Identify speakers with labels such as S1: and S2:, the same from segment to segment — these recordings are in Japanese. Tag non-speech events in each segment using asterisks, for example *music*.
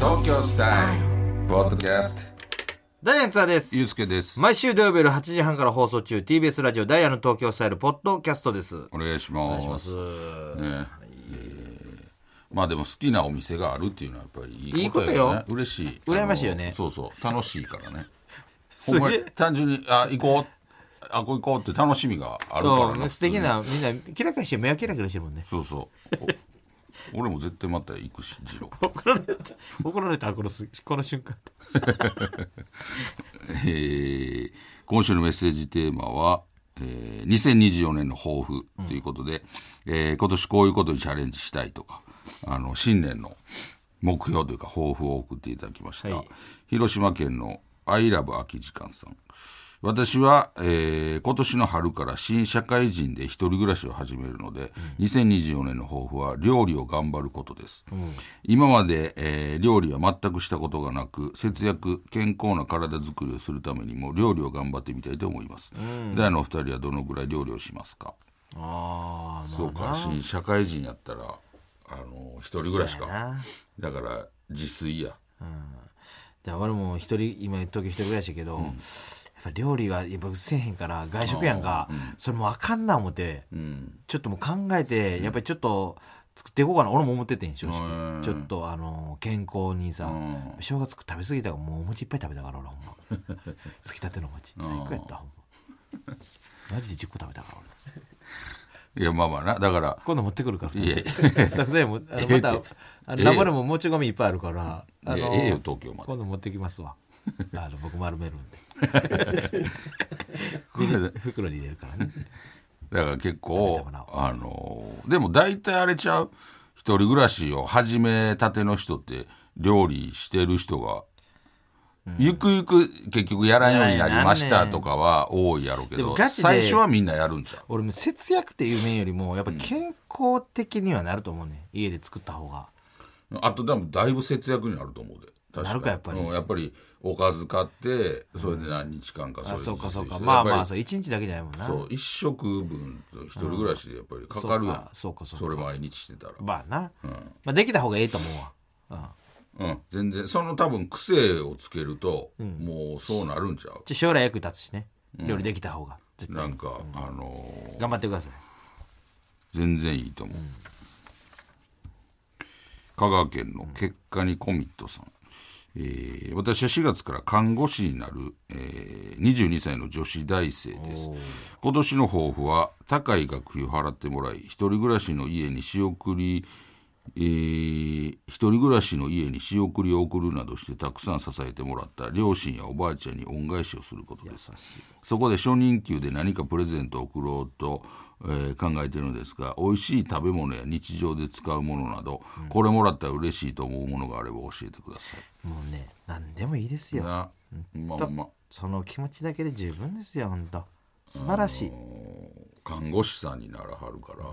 S1: トスタイルポッドキャスト
S2: ダイアンツァです
S1: ゆうすけです
S2: 毎週土曜日夜8時半から放送中 TBS ラジオダイヤの東京スタイルポッドキャストです
S1: お願いしますねえーまあでも好きなお店があるっていうのはやっぱりいいことだよ,、ね、
S2: いいことよ
S1: 嬉しい
S2: 羨ましいよね
S1: あのそうそう楽しいから
S2: *laughs*
S1: ね
S2: げえ
S1: ほんまに単純にあ行こうあこう行こうって楽しみがあるから
S2: うん
S1: ね
S2: 素敵なみんなキラキラして目はキラキラしてるもんね
S1: そうそうお *laughs* 俺も絶対また行くし次郎
S2: *laughs* 怒られた怒られたこのすこの瞬間
S1: えー今週のメッセージテーマは、えー2024年の抱負ということで、えー今年こういうことにチャレンジしたいとかあの新年の目標というか抱負を送っていただきました、
S2: はい
S1: 広島県のアイラブ空き時間さん私は、えー今年の春から新社会人で一人暮らしを始めるので、2024年の抱負は料理を頑張ることです、今まで、えー料理は全くしたことがなく節約健康な体づくりをするためにも料理を頑張ってみたいと思います、であのお二人はどのぐらい料理をしますか、
S2: ああ
S1: そうか新社会人やったらあの一人暮らし
S2: そう
S1: か
S2: やな
S1: だから自炊や
S2: で俺も一人今東京一人暮らしやけど、やっぱ料理はやっぱせえへんから外食やんか、それもうあかんな思って、ちょっともう考えてやっぱりちょっと作っていこうかな俺も思っててん正直、
S1: うん
S2: ちょっとあの健康にさ、
S1: ん
S2: 正月食べ過ぎたからもうお餅いっぱい食べたから俺ほんま *laughs* つきたてのお餅最高やったほん
S1: *laughs*
S2: まマジで10個食べたから俺
S1: いやまあまあなだから
S2: 今度持ってくるから
S1: いやいや
S2: スタッフでもあのま
S1: ええ
S2: た
S1: って
S2: あ
S1: ええよ
S2: のラボでももち米いっぱいあるから、あの
S1: いやええよ東京まで
S2: 今度持ってきますわ *laughs* あの僕丸めるんで
S1: これで
S2: 袋に入れるからね
S1: だから結
S2: 食べて
S1: 構
S2: もらお
S1: あのーでも大体あれちゃう一人暮らしを始めたての人って料理してる人が、ゆくゆく結局やらんようになりました
S2: やらんようになんねん
S1: とかは多いやろうけ
S2: でも
S1: ど
S2: ガチで
S1: 最初はみんなやるんちゃう
S2: 俺も節約っていう面よりもやっぱ健康的にはなると思うね家で作った方が
S1: あとでもだいぶ節約になると思うで確
S2: なるかやっぱり
S1: うんやっぱりおかず買ってそれで何日間かそ
S2: あそう
S1: れ
S2: かそうか
S1: して
S2: まあ
S1: やっ
S2: ま
S1: ぱ
S2: あ
S1: り
S2: そう一日だけじゃないもんな
S1: そう一食分と一人暮らしでやっぱりかかるやん、
S2: そうかそうかそうか
S1: れ毎日してたら
S2: まあな、まあ、できた方がいいと思うわ、うん、
S1: うん、全然その多分癖をつけると、もうそうなるんちゃう
S2: ちょ将来役に立つしね料理できた方が、絶
S1: なんか、あのー
S2: 頑張ってください
S1: 全然いいと思う、香川県の結果にコミットさん、えー私は4月から看護師になる、えー22歳の女子大生です今年の抱負は高い学費を払ってもらい一人暮らしの家に仕送りえー一人暮らしの家に仕送りを送るなどしてたくさん支えてもらった両親やおばあちゃんに恩返しをすることですそこで初任給で何かプレゼントを贈ろうと、えー考えているのですが美味しい食べ物や日常で使うものなど、これもらったら嬉しいと思うものがあれば教えてください
S2: もうね何でもいいですよ
S1: なまあまあ
S2: その気持ちだけで十分ですよ本当素晴らしい
S1: 看護師さんにならはるから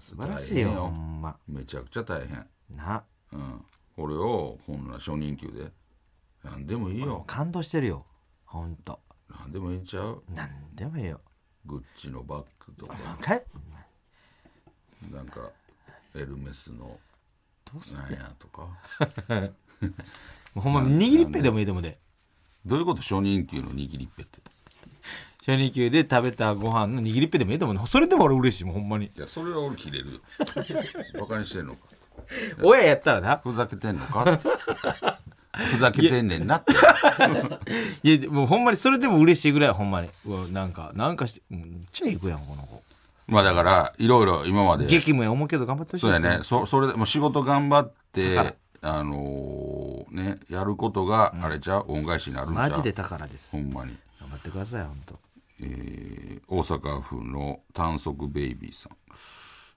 S2: 素晴らしいよ
S1: 大変よ
S2: ほんま
S1: めちゃくちゃ大変、
S2: な
S1: うん、これをこんな初任給で何でもいいよ
S2: 感動してるよ本当
S1: 何でもいいんちゃう
S2: 何でもいいよ
S1: グッチのバッグとか
S2: バカや
S1: なんかエルメスの
S2: どうす
S1: なんやとか
S2: もうほんま握りっぺでもいいと思うで
S1: どういうこと初任給の握りっぺって
S2: 初任給で食べたご飯の握りっぺでもいいと思うねそれでも俺嬉しいもんほんまに
S1: いやそれは俺切れるよバカにしてんのか
S2: 親やったらな
S1: ふざけてんのかふざけてんねんなって
S2: いやもうほんまにそれでも嬉しいぐらいほんまにうわなんかなんかしてうんめっちゃいくやんこの子
S1: まあだからいろいろ今まで
S2: 激務や思うけど頑張ってほしい
S1: そう
S2: で
S1: や
S2: すよ
S1: ねそそれでもう仕事頑張って
S2: はい
S1: あのーねやることがあれちゃう、恩返しになるんちゃ
S2: マ
S1: う
S2: ジで宝です
S1: ほんまに
S2: 頑張ってください本当
S1: えー大阪府の短足ベイビーさん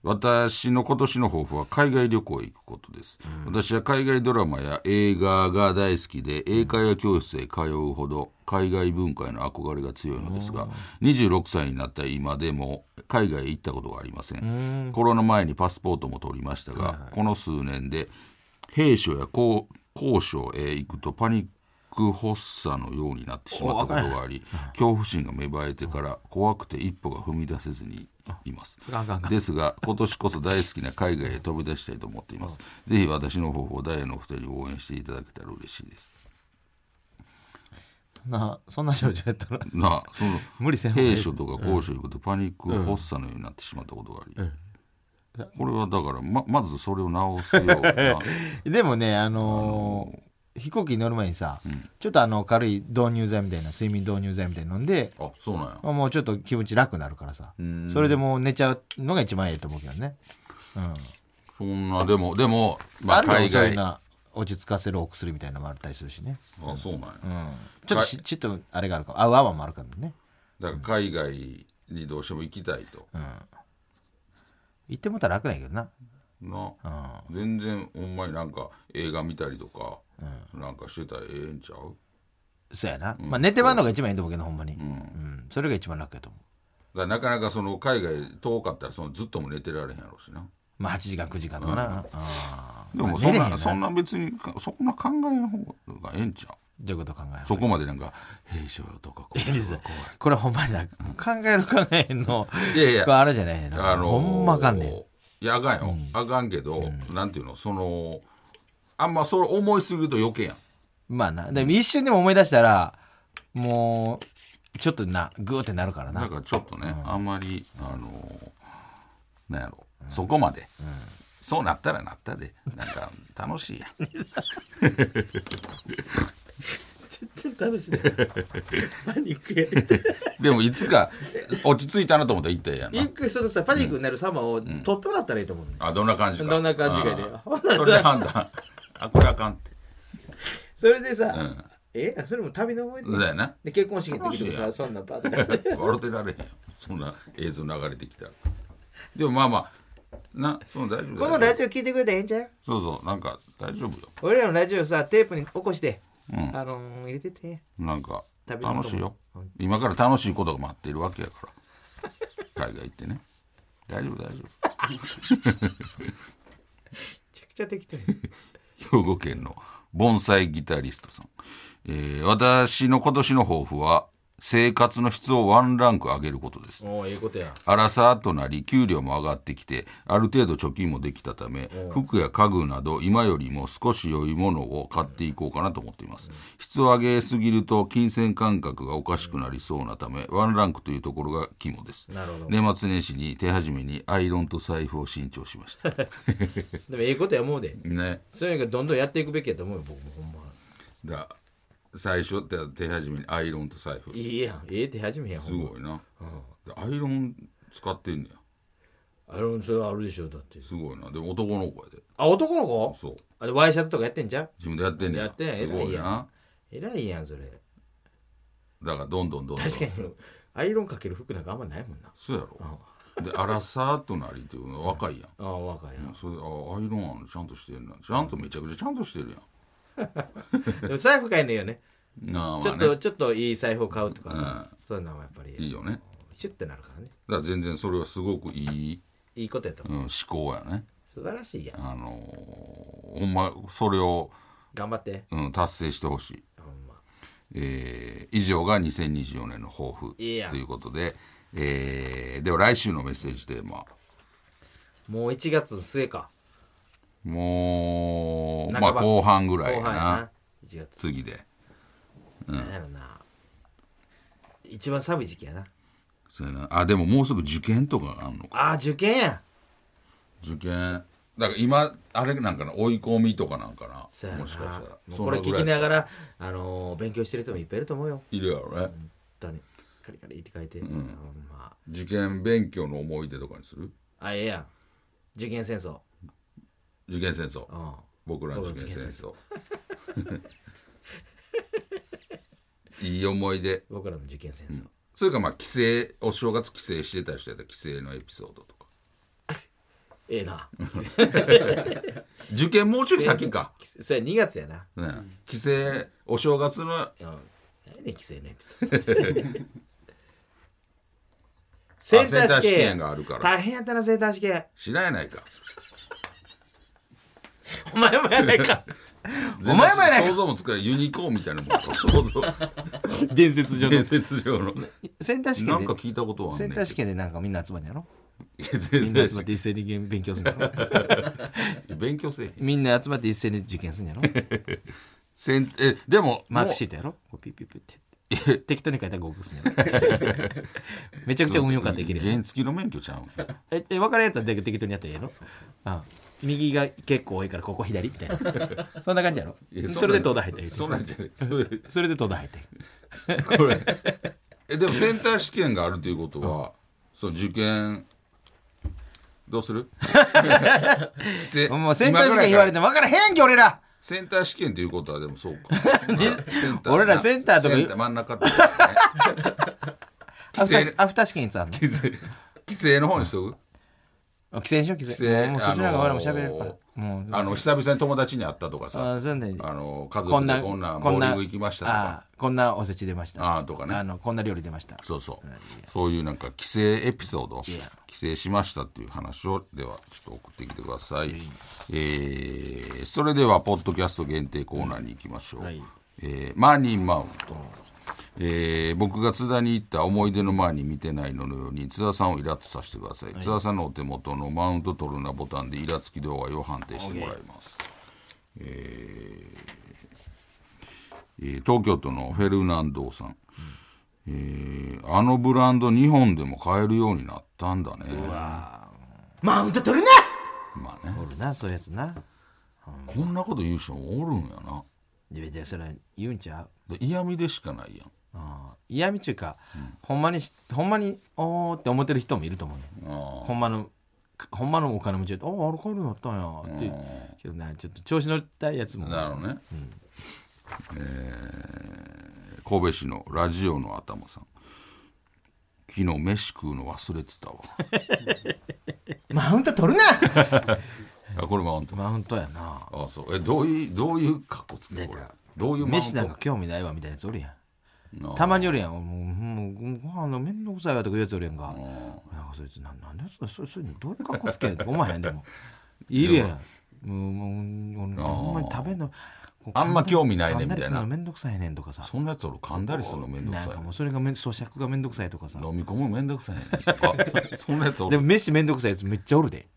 S1: 私の今年の抱負は海外旅行へ行くことです、私は海外ドラマや映画が大好きで英会話教室へ通うほど海外文化への憧れが強いのですが26歳になった今でも海外へ行ったことがありませんコロナ前にパスポートも取りましたが、この数年で兵所や公公所へ行くとパニッック発作のようになってしまったことがあり恐怖心が芽生えてから怖くて一歩が踏み出せずにいます
S2: あかんあかんあかん
S1: ですが今年こそ大好きな海外へ飛び出したいと思っていますぜひ私の方法ダイヤのお二人に応援していただけたら嬉しいです
S2: そんなそんな症状や *laughs* ったら
S1: なあその
S2: 無理せん方がいい
S1: 兵所とか高所行くとパニック発作のようになってしまったことがあり、これはだからままずそれを直すよう
S2: *laughs*
S1: な
S2: でもねあのー飛行機に乗る前にさ、ちょっとあの軽い導入剤みたいな睡眠導入剤みたいなの飲んで、
S1: あそうなんや
S2: まあ、もうちょっと気持ち楽になるからさ
S1: ん
S2: それでもう寝ちゃうのが一番ええと思うけどね、
S1: そんなでもでも、
S2: うん
S1: まあ、
S2: あるよ
S1: 海
S2: そう
S1: 外
S2: いうような落ち着かせるお薬みたいなのもあったりするしね、
S1: あそうなんや、
S2: うん、ちょっとしちょっとあれがあるかあ泡もあるからね
S1: だから海外にどうしても行きたいと、
S2: 行ってもたら楽なんやけどな
S1: な、全然ほんまになんか映画見たりとか、なんかしてたらええんちゃう
S2: そうやな、まあ、寝てまうのが一番いいと思うけどほんまに、うんそれが一番楽やと思
S1: だからなかなかその海外遠かったらそのずっとも寝てられへんやろうしな
S2: うまあ8時間9時間とかな、あー
S1: でも
S2: まあ
S1: そ
S2: 寝
S1: ん
S2: れ
S1: な,、
S2: へんな
S1: そんな別にかそんな考えん方がええんちゃう
S2: どういうこと考える
S1: そこまでなんか兵所よとかこう
S2: いや実はこれほんまにな考える考えへんの
S1: いやいや
S2: これあれじゃないねんな、
S1: あのー
S2: ほんまあかんねん
S1: いやあかんよ、あかんけど、なんていうのそのあんまそれ思いすぎると余計やん
S2: まあなでも一瞬でも思い出したらもうちょっとなグーってなるから
S1: だ
S2: な
S1: からちょっとね、あんまりあのーなんやろそこまで、そうなったらなったでなんか楽しいやん *laughs*
S2: 全然楽しいねパニックや
S1: でもいつか落ち着いたなと思ったら行ったらええやんな
S2: 一回そのさパニックになる様を取ってもらったらいいと思うね、
S1: あどんな感じか
S2: どんな感じかで
S1: あー
S2: ほんならさ
S1: それで判断あこれあかんって
S2: それでさ、
S1: ん
S2: えそれも旅の思い出
S1: そうだよな
S2: で結婚式の時
S1: 楽
S2: と
S1: しい
S2: かさ
S1: や
S2: そんなパッて
S1: 笑ってられへんよそんな映像流れてきたらでもまあまあなその大丈夫
S2: このラ
S1: オ
S2: ジオ聞いてくれたらええんちゃう
S1: そうそうなんか大丈夫よ
S2: 俺らのラジオさテープに起こして、
S1: うん
S2: あのー入れてて
S1: なんか
S2: 旅の友
S1: 楽しいよ今から楽しいことが待っているわけやから海外行ってね大丈夫大丈
S2: めちゃくちゃ適当や
S1: 夫兵庫県の盆栽ギタリストさん、えー私の今年の抱負は生活の質をワンランク上げることです
S2: おおええことや
S1: アラサーとなり給料も上がってきてある程度貯金もできたため服や家具など今よりも少し良いものを買っていこうかなと思っています質を上げすぎると金銭感覚がおかしくなりそうなためワンランクというところが肝です
S2: なるほど
S1: 年末年始に手始めにアイロンと財布を新調しま
S2: *laughs*
S1: した
S2: でもええことや思うで
S1: ね
S2: そういうのがどんどんやっていくべきやと思うよ僕もほんま
S1: だ最初って手始めにアイロンと財布
S2: いいやんええって始めへんやん
S1: す
S2: ほんま
S1: ごいな、でアイロン使ってんねや
S2: あれもそれはあるでしょだって
S1: すごいなでも男の子やで
S2: あ男の子
S1: そう
S2: あれワイシャツとかやってんじゃん
S1: 自分でやってんねや
S2: やってんやん
S1: すごい
S2: 偉いや
S1: なん
S2: 偉いやんそれ
S1: だからどんどんどんどん
S2: 確かにアイロンかける服なんかあんまないもんな
S1: そうやろでアラサーとなりっていうのは若いやん
S2: ああ若いな
S1: それであアイロンあるちゃんとしてるなちゃんとめちゃくちゃちゃんとしてるや
S2: でも財布買えねえよね
S1: んなあ
S2: ち
S1: ま
S2: ょ
S1: あ
S2: っ
S1: ね
S2: とちょっといい財布を買うとかさそういうのはやっぱ
S1: いい
S2: り
S1: よねだか
S2: シュッてなるからね
S1: ら全然それはすごくいい、
S2: いいことやと思
S1: う、
S2: うん
S1: 思考やね
S2: 素晴らしいやん
S1: あのーほんまそれを、
S2: 頑張って
S1: うん、達成してほしい、
S2: ほんま
S1: えー以上が2024年の抱負と
S2: いいやん
S1: いうことで、えーでは来週のメッセージテーマ
S2: もう1月の末か
S1: もう
S2: 半
S1: まあ
S2: ば
S1: 後半ぐらい
S2: 後
S1: や
S2: 半や
S1: な
S2: な1月
S1: 次で
S2: なんやろな一番寒い時期やな
S1: そうやなあでももうすぐ受験とかあんのか
S2: ああ受験や
S1: 受験だから今あれなんかな追い込みとかなんかな
S2: そうやろ
S1: もしかした
S2: な
S1: ら
S2: もうこれ聞きながら、あのー勉強してる人もいっぱいいると思うよ
S1: いるやろね、
S2: 本当にカリカリって書いて、ほんま
S1: 受験勉強の思い出とかにする
S2: あええやん受験戦争
S1: 受験戦争
S2: うん
S1: 僕らの受験戦争 *laughs* いい思い出
S2: 僕らの受験戦争、
S1: それかまあ帰省お正月帰省してた人やったら帰省のエピソードとか
S2: ええな
S1: 受験もうちょい先か、
S2: それ2月やな
S1: ね帰省お正月の
S2: うん何で規制のエピソ
S1: *laughs*
S2: ードセンター
S1: あセ
S2: 試験
S1: ンター試験があるから
S2: 大変やったなセンター試験
S1: 知らやないか *laughs*
S2: お前もやないかお前もやないか
S1: 想像もつかないユニコーンみたいなもんやろ想像
S2: 伝説上の
S1: 伝説上の
S2: センター試
S1: な
S2: 験
S1: んか
S2: で
S1: 聞いたことはあ
S2: セ
S1: ん
S2: ン
S1: ね
S2: ター
S1: ん
S2: 試験でなんかみんな集まるんやろ
S1: いや
S2: み
S1: 全
S2: んな集まっ
S1: 然
S2: て一斉にげん勉強するんやろ
S1: 勉強せえへん
S2: みんな集まって一斉に受験す
S1: *laughs*
S2: るんやろ
S1: せんえでも
S2: マーク
S1: もう
S2: シートやろこうピュピュピュって *laughs* 適当に書いたら合格するんやろ *laughs* めちゃくちゃ運良かったらできるやん
S1: 原付の免許ちゃうん
S2: ええ分かるやつはで適当にやったらええのうん右が結構多いからここ左みた
S1: *laughs*
S2: いなそんな感じやろ
S1: いや
S2: それで東大入ったらいい
S1: そんなんじゃないそれ
S2: それで東大入ったらいい
S1: これえでもセンター試験があるということは、その受験どうす
S2: *laughs*
S1: るきつい
S2: もうセンター試験言われても分からへんけ俺ら
S1: センター試験ということはでもそうか
S2: 俺らセンターとか
S1: セ
S2: 言う
S1: ンター真ん中ってことだね規
S2: アフタ *laughs* ー
S1: 制
S2: アフター試験いつあんの
S1: 規制規制の方にしとく
S2: 規制しよう規
S1: 規制
S2: 制もうそっちの方が俺も喋れるから
S1: あの
S2: もう
S1: あの久々に友達に会ったとか
S2: あ
S1: さ
S2: そうね
S1: あの家族でこんなボーリング行きましたとか
S2: あーこんなおせち出ました
S1: あーとかね
S2: あのこんな料理出ました
S1: そうそうそういうなんか帰省エピソード帰
S2: や
S1: 省しましたっていう話をではちょっと送ってきてください、えーそれではポッドキャスト限定コーナーに行きましょう、
S2: はい
S1: えーマーニーマウント、えー僕が津田に行った思い出の前に見てないののように津田さんをイラッとさせてください、津田さんのお手元のマウント取るなボタンでイラつき度合いを判定してもらいます、えー東京都のフェルナンドさん、えーあのブランド日本でも買えるようになったんだね
S2: マウント取るな
S1: まあね
S2: おるなそういうやつな
S1: こんなこと言う人もおるんやない
S2: や別にそれは言うんちゃう
S1: で嫌味でしかないやん
S2: あー嫌味っちゅうか、ほんまにしほんまにおーって思ってる人もいると思うね
S1: あ
S2: ほんまのほんまのお金持ちであああれ帰るようになったんやっていうけどなちょっと調子乗りたいやつも
S1: あなるほどね、えー神戸市のラジオの頭さん昨日飯食うの忘れ
S2: *laughs*
S1: てたわ
S2: マウント取るな
S1: あこれマウント
S2: マウントやな
S1: あそうえどういうどういう格好つけ
S2: なん
S1: こ
S2: か
S1: れどういうマウン
S2: 飯
S1: ト
S2: なんか興味ないわみたいなやつおるやん
S1: なあ
S2: たまにおるやんもうもうもうご飯のめんどくさいわとか言うやつおるやんか
S1: うん
S2: なんかそいつなんなんでそれそれそれどういう格好つけんのとか思わへん
S1: *laughs*
S2: でもいるやんもうもう俺ほんまに食べんの
S1: あんま興味ないね
S2: 噛んだりするの
S1: みたいな
S2: めんどくさいねんとかさ
S1: そんなやつ俺噛んだりするのめんどく
S2: なん
S1: さい
S2: かもうそれがめん咀嚼がめんどくさいとかさ
S1: 飲み込むのめんどく
S2: *laughs*
S1: さいねとかそんなやつお
S2: で
S1: る
S2: も飯めんどくさいやつめっちゃおるで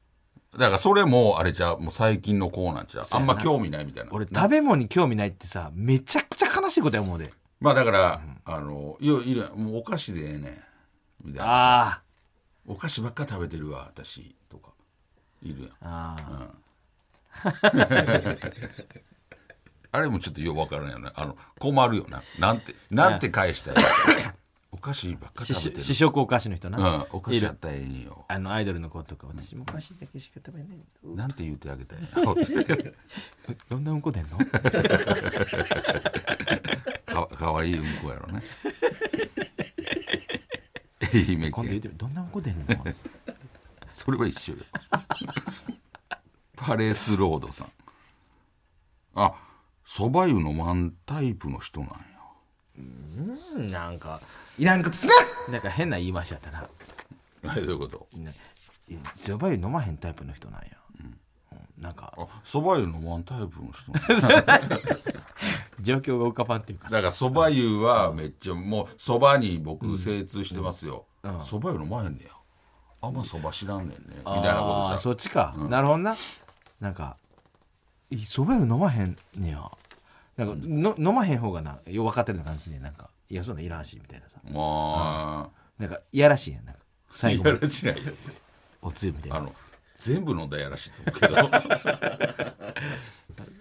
S1: だからそれもあれじゃうもう最近のコーナーじゃうあ
S2: そうんやな
S1: ま興味ないみたいな
S2: 俺食べ物に興味ないってさめちゃくちゃ悲しいことや思うで
S1: まあだから、あのいやいやもうお菓子でええねんみたいな
S2: あ
S1: お菓子ばっか食べてるわ私とかいるやん
S2: ーあ
S1: あれもちょっとよくわからんよねあの困るよななんてなんて返したらいいかお菓子ばっか
S2: ー
S1: 食べ
S2: 試
S1: てる
S2: 試食お菓子の人な、
S1: うんお菓
S2: い
S1: 子
S2: る
S1: やったらええんよ
S2: あのアイドルの子とか私もお菓子だけしか食べない
S1: なんて言うてあげたらえ
S2: *laughs*
S1: えんや
S2: どんなうんこ出んの
S1: かかわいいうんこやろ
S2: *laughs*
S1: ね愛媛
S2: 今度
S1: 県
S2: 言ってみどんなうんこ出んの
S1: それは一緒よパレスロードさんあそば湯飲まんタイプの人なんや
S2: うんなんかいらんことすななんか変な言い回しやったな
S1: はいどういうこと
S2: ねえそば湯飲まへんタイプの人なんや、うんなんか
S1: あそば湯飲まんタイプの人なん
S2: *laughs*
S1: や
S2: 状況が浮かばんっていうかさ
S1: だからそば湯はめっちゃもうそばに僕精通してますよそば、湯飲まへんねやあんまそば知らんねんねみたいな
S2: あ
S1: こ
S2: ー
S1: とじゃ
S2: そっちか、なるほどななんかいそば湯飲まへんねやなんか、の飲まへん方がなよう分かってるような感じするねなんかいやそんなんいらんしみたいなさ
S1: ま
S2: なんかいやらしいやんなんか
S1: あ
S2: 最
S1: い
S2: 後
S1: や
S2: の
S1: らしないや
S2: おつゆみたい
S1: あ
S2: な
S1: の全部飲んだらやらしいと思うけ
S2: *laughs*
S1: どだか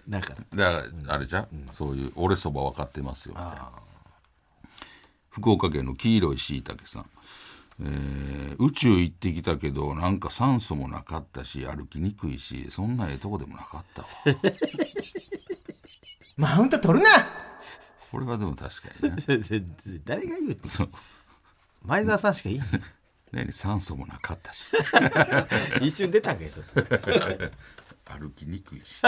S2: なんから
S1: あれじゃ、ん、そういう俺そば分かってますよみたいな福岡県の黄色いしいたけさん、えー宇宙行ってきたけどなんか酸素もなかったし歩きにくいしそんなええとこでもなかったわ
S2: マウント取 *laughs* るな
S1: これはでも確か
S2: *laughs*
S1: にね
S2: 誰が言うって
S1: そう
S2: 前澤さんしか言い
S1: 何酸素もなかったし
S2: へん *laughs* 一瞬出たんかいそれ
S1: 歩きにくい
S2: *laughs*
S1: し、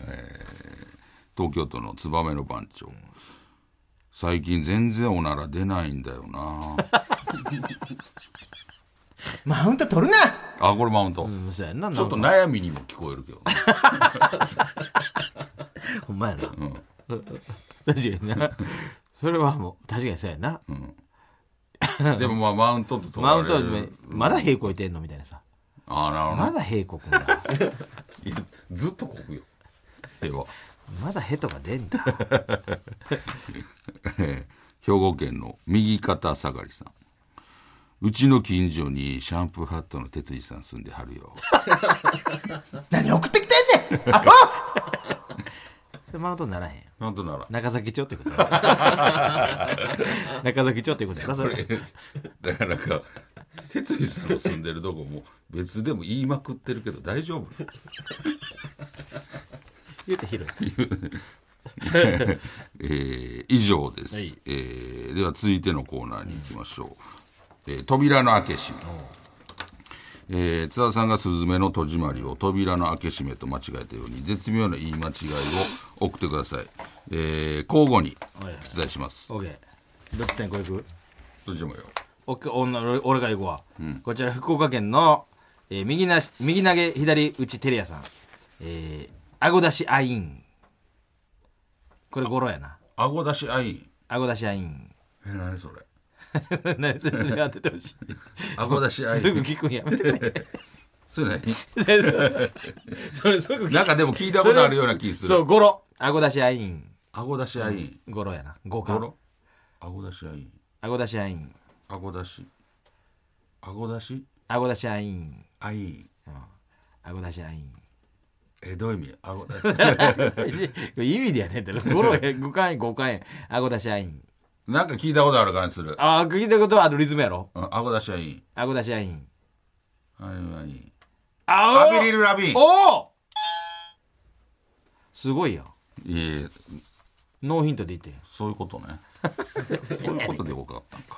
S1: えー東京都の燕の番長最近全然おな
S2: *laughs*
S1: ら出ないんだよな
S2: マウント取るな
S1: あこれマウント、
S2: うん、そうやんな
S1: ちょっと
S2: な
S1: 悩みにも聞こえるけど、
S2: ほんまやな
S1: うん
S2: 確かになそれはもう確かにそうやな
S1: うん、でもまあマウントと取
S2: マ
S1: ら
S2: ウ
S1: れ
S2: ン
S1: る
S2: トはまだ平行いてんのみたいなさ
S1: ああなるほど
S2: まだ平行くんだ
S1: いやずっとこくよ平和
S2: まだヘとが出んだ
S1: えー *laughs* 兵庫県の右肩下がりさんうちの近所にシャンプーハットの哲二さん住んではるよ
S2: 何送ってきてんねんアホそれマウントにならへん
S1: なんとなら
S2: 中崎町ってこと *laughs* や中崎町ってことやなそ
S1: こ
S2: れ
S1: れ *laughs* だからなんか哲二さんの住んでるとこも別でも言いまくってるけど大丈
S2: *laughs*
S1: 夫
S2: 言うて広い
S1: えー以上です、
S2: はい
S1: えーでは続いてのコーナーに行きましょう、えー扉の開け閉め、えー津田さんが「スズメの戸締まり」を「扉の開け閉め」と間違えたように絶妙な言い間違いを送ってください、えー交互に
S2: はい
S1: 出題します
S2: オッケーどっち先行行く
S1: どっちでもよ
S2: おっけ女俺俺が行くわ、こちら福岡県の、えー右なし右投げ左打ちテレアさんえー、顎出しアインこれゴロやな
S1: 顎出しアイン
S2: 顎出しアイン *laughs*
S1: え何それ
S2: 何それそれ当ててほしい
S1: 顎出しアイン
S2: すぐ聞くんやめてく
S1: *laughs*
S2: れ
S1: それ何
S2: それすぐ聞く
S1: なんかでも聞いたことあるような気す
S2: そう
S1: る
S2: ゴロ顎出しアイン
S1: 顎出しアイン
S2: ゴロやなゴ
S1: ゴ
S2: か
S1: ロ顎出しアイン
S2: 顎出しアイン
S1: 顎出し顎出し
S2: 顎出しアイン
S1: アイン
S2: 顎出しアイン *laughs*
S1: えどういう意味顎出し
S2: 意味でやねんてゴロや五巻五巻顎出しアイン
S1: なんか聞いたことある感じする。
S2: ああ聞いたことあるリズムやろ
S1: うん、顎出しはいい。
S2: 顎出しアイン
S1: あれはいい。
S2: あ
S1: アビリル・ラビーン。
S2: おおすごいよ
S1: いえ、
S2: ノーヒントで言って
S1: そういうこと
S2: *laughs*
S1: ね。そういうことで多かったんか。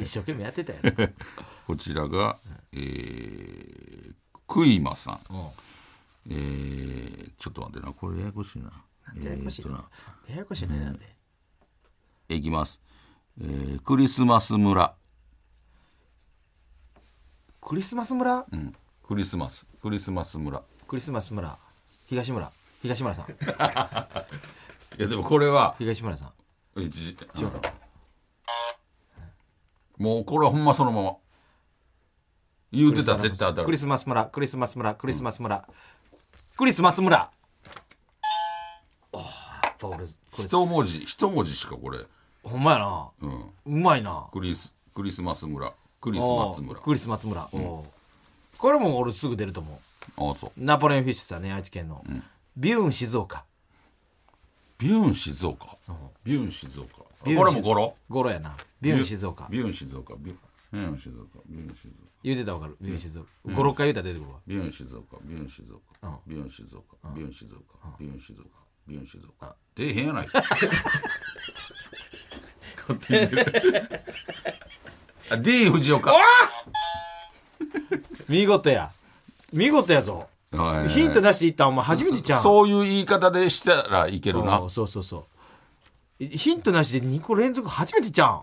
S2: 一生懸命やってたや
S1: こちらが、えー、クイマさん。
S2: ろ
S1: えー、ちょっと待ってな、これややこしいな。
S2: ややこしい
S1: えーっとな
S2: なややこしいねなんで
S1: いきます。えー、クリスマス村。
S2: クリスマス村
S1: うん。クリスマス。クリスマス村。
S2: クリスマス村東村東村さん
S1: いや、でもこれは、
S2: 東村さん
S1: うちうんもうこれはほんまそのまま。言うてたら絶対当たる
S2: クリ。スマス村クリスマス村クリスマス村、クリスマス村ああやっぱ俺これ
S1: 一文字一文字しかこれ、
S2: ほんまやな
S1: うん、
S2: うまいな
S1: クリスクリスマス村クリスマス村
S2: ああクリスマス村、おうこれも俺すぐ出ると思
S1: ああそう
S2: うナポレオンフィッシュさんね愛知県の、ビューン静岡
S1: ビューン静岡ビューン静岡こ
S2: ビ
S1: れ
S2: ューン
S1: もゴロ
S2: ゴロやなビューン静岡
S1: ビューン静岡ビュビューン静岡ビューン静岡
S2: 言うてたらわかるビューン静岡56回言うたら出てくるわ
S1: ビューン静岡ビューン静岡ビューン静岡ビューン静岡ビューン静岡ビューン静岡出えへんやない
S2: *laughs*
S1: か勝手に出るあ D 藤岡
S2: 見事や見事やぞ
S1: はい
S2: ヒント出していったんお前初めてちゃん
S1: そういう言い方でしたらいけるな
S2: あそうそうそういヒントなしで2個連続初めてじゃん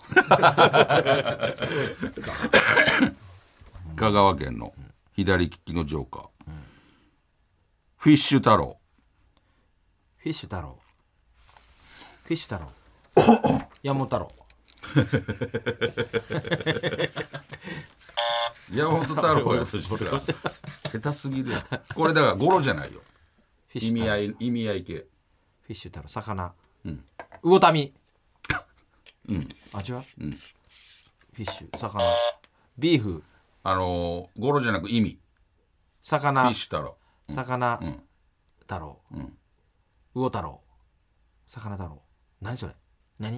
S1: 香川県の左利きのジョーカー、フィッシュ太郎
S2: フィッシュ太郎フィッシュ太郎山本太郎
S1: 山本太郎やとしたら下手すぎるやんこれだからゴロじゃないよ
S2: フィッシ
S1: 意
S2: ュ
S1: 味
S2: 太郎
S1: 合い意味合い系
S2: フィッシュ太郎魚魚民
S1: うん
S2: あ違う、フィッシュ魚ビーフ
S1: あのー、ゴロじゃなく意味フィ
S2: 魚
S1: ッシュ太郎
S2: 魚
S1: ん
S2: 太郎、
S1: ん
S2: 魚太郎魚太郎何それ何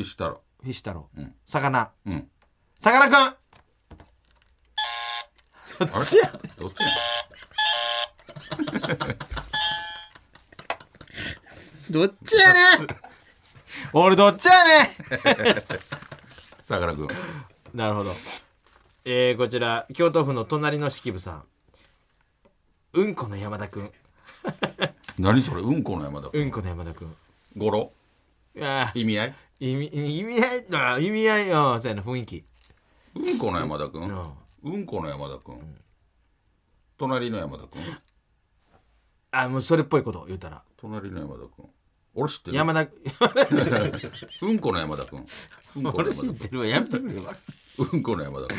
S1: フィッシュ太郎
S2: ィッシュ太郎、
S1: ん
S2: 魚
S1: うん
S2: さかなクン
S1: あ
S2: どっち
S1: れ
S2: や
S1: どっちやね
S2: どっちやねん俺どっちやね
S1: んさかなクン
S2: んなるほど。えー、こちら、京都府の隣の式部さん。うんこの山田くん。
S1: 何それうんこの山田
S2: うんこの山田くん。
S1: ゴロ
S2: いやー
S1: 意味合い
S2: 意味、意味合い、あー意味合い、あーそうやな、雰囲気。
S1: うんこの山田君、
S2: うん
S1: うんこの山田君、隣の山田君
S2: あもうそれっぽいこと言うたら
S1: 隣の山田君俺知ってる
S2: 山田
S1: うんこの山田君うんこの
S2: 俺
S1: 山
S2: 知っ
S1: 田
S2: てるわやめてくれよ
S1: 君うんこの山田君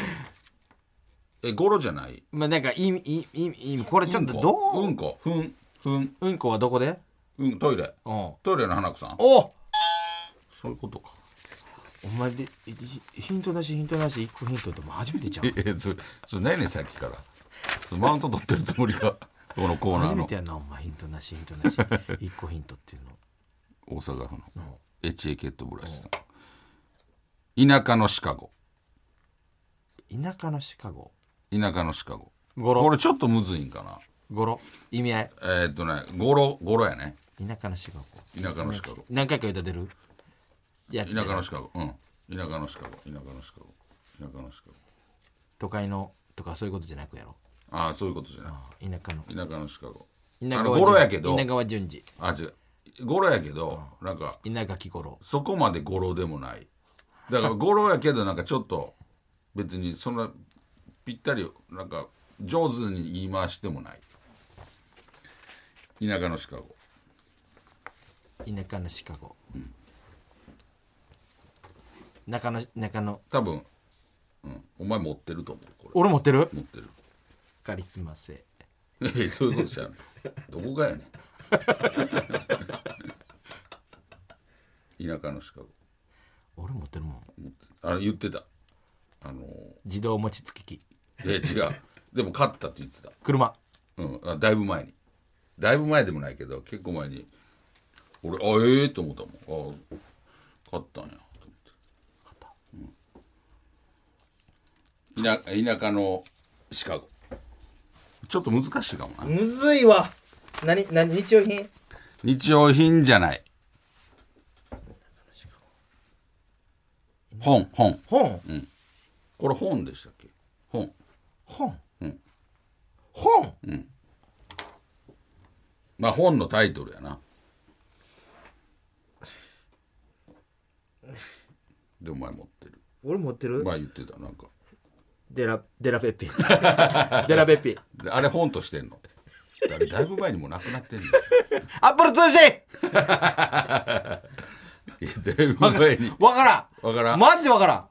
S1: えゴロじゃない
S2: まあなんかいいいいいいこれちょっとどう
S1: うんこうんこふんふん
S2: うんこはどこで
S1: うんトイレ
S2: うんお
S1: トイレの花子さん
S2: お
S1: そういうことか
S2: 前でいいヒントなしヒントなし一個ヒントってもう初めてちゃう
S1: ええそれそれ何やねんさっきからそれマウント取ってるつもりかこのコーナー
S2: 初め
S1: の
S2: てやなお前ヒントなしヒントな
S1: *laughs*
S2: し一個ヒントっていうの
S1: 大阪府のエチエケットブラシさん田舎のシカゴ
S2: 田舎のシカゴ
S1: 田舎のシカゴ
S2: ゴロ
S1: これちょっとむずいんかな
S2: ゴロ意味合い
S1: えーっとねゴロゴロやね
S2: 田舎のシカゴ
S1: 田舎のシカゴ
S2: 何回か歌出るやつ
S1: 田舎のシカゴうん田舎のシカゴ田舎のシカゴ田舎のシカゴ
S2: 都会のとかそういうことじゃなくやろ
S1: ああそういうことじゃな
S2: あ田舎の
S1: い田舎のシカゴ
S2: 田
S1: あ
S2: 舎
S1: の
S2: は
S1: ゴロやけど
S2: 田舎は順次
S1: あ違うゴロやけどなんか
S2: 田舎木ゴロ
S1: そこまで語呂でもないだから語呂やけどなんかちょっと別にそんなぴったりなんか上手に言い回してもない田舎のシカゴ
S2: 田舎のシカゴ、中の中の
S1: 多分、うん、お前持ってると思うこ
S2: 俺持ってる
S1: れ持ってる
S2: カリスマ性
S1: ええそういうことじゃんどこがやねん田舎のシカゴ
S2: 俺持ってるもん
S1: あ言ってたあの
S2: 自動餅つき機
S1: え違うでも勝ったって言ってた
S2: 車
S1: うん、あだいぶ前にだいぶ前でもないけど結構前に俺あええと思ったもんあ勝ったんやと思って、うん、田田舎のシカゴちょっと難しいかもな
S2: むずいわ何何日用品
S1: 日用品じゃない本本
S2: 本
S1: これ本でしたっけ本
S2: 本
S1: ん
S2: 本
S1: まあ本のタイトルやなでお前持ってる
S2: 俺持ってる
S1: 前言ってたなんか
S2: デラデラペ *laughs* ッピデラペッピ
S1: であれ本としてんのあれだいぶ前にもうなくなってん
S2: *laughs*
S1: のい
S2: アップル通信
S1: やだいぶ前に
S2: *laughs* わからん
S1: わからん
S2: マジでわか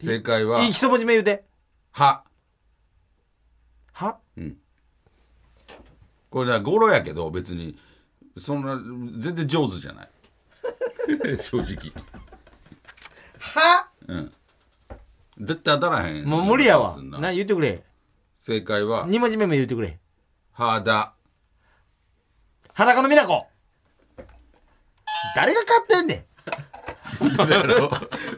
S1: 正解は
S2: らんいい一文字目言うて
S1: 歯
S2: は
S1: これだ語呂やけど別にそんな全然上手じゃない *laughs* 正直
S2: は
S1: 絶対当たらへん
S2: もう無理やわ
S1: すんな
S2: な言ってくれ
S1: 正解は
S2: 二文字目も言ってくれ
S1: 肌
S2: 裸の美奈子誰が買ってんねん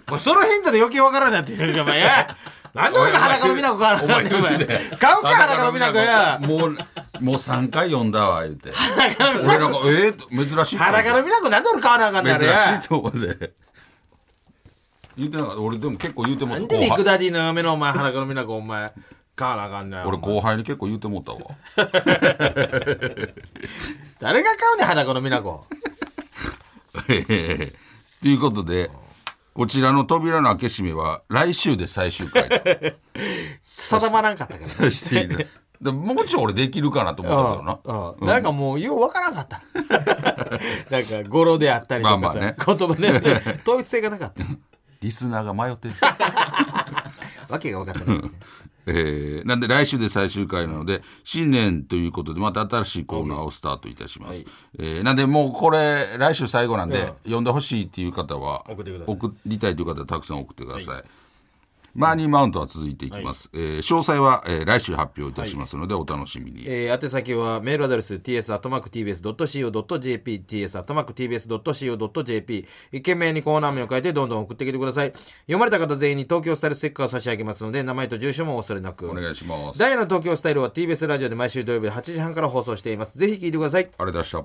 S2: お前そのヒントで余計わからんなってるじゃんお前やなんで俺が裸の美奈子買わなあかんねんお前買うか裸の美奈子や
S1: もうもう3回読んだわ言うて俺なんかええと珍しい
S2: 裸の美奈子なんで俺買わなあかんねんあれ
S1: 珍しいと思うで言うてなかった俺でも結構言うても
S2: な
S1: った
S2: んでビッグ
S1: 後輩
S2: ダディの嫁のお前裸の美奈子お前買わなあかんねん
S1: 俺後輩に結構言うてもったわ
S2: 誰が買うねん裸の美奈子
S1: ええということで、こちらの扉の開け閉めは来週で最終回と
S2: 定まらんかったけど
S1: さして
S2: *laughs*
S1: いただいてでもうちょい俺できるかなと思ったんだけどな。
S2: うんなんかもうようわからん
S1: *laughs*
S2: かったなんか語呂であったりとかさ、
S1: まあまあね
S2: 言葉であったり統一性がなかった
S1: リスナーが迷ってる。
S2: わけが分かってない
S1: えーなんで来週で最終回なので、新年ということで、また新しいコーナーをスタートいたします。えーなんでもうこれ、来週最後なんで、呼んでほしいっていう方は、
S2: 送ってください
S1: 送りたいという方はたくさん送ってください。マーニーマウントは続いていきます。えー詳細は、えー来週発表いたしますので、お楽しみに。
S2: えー、宛先はメールアドレス ts.tbs.co.jp ts.tbs.co.jp 懸命にコーナー名を書いてどんどん送ってきてください読まれた方全員に東京スタイルステッカーを差し上げますので名前と住所もお忘れなく
S1: お願いします。
S2: ダイヤの東京スタイルは TBS ラジオで毎週土曜日8時半から放送していますぜひ聞いてください
S1: あれ出した。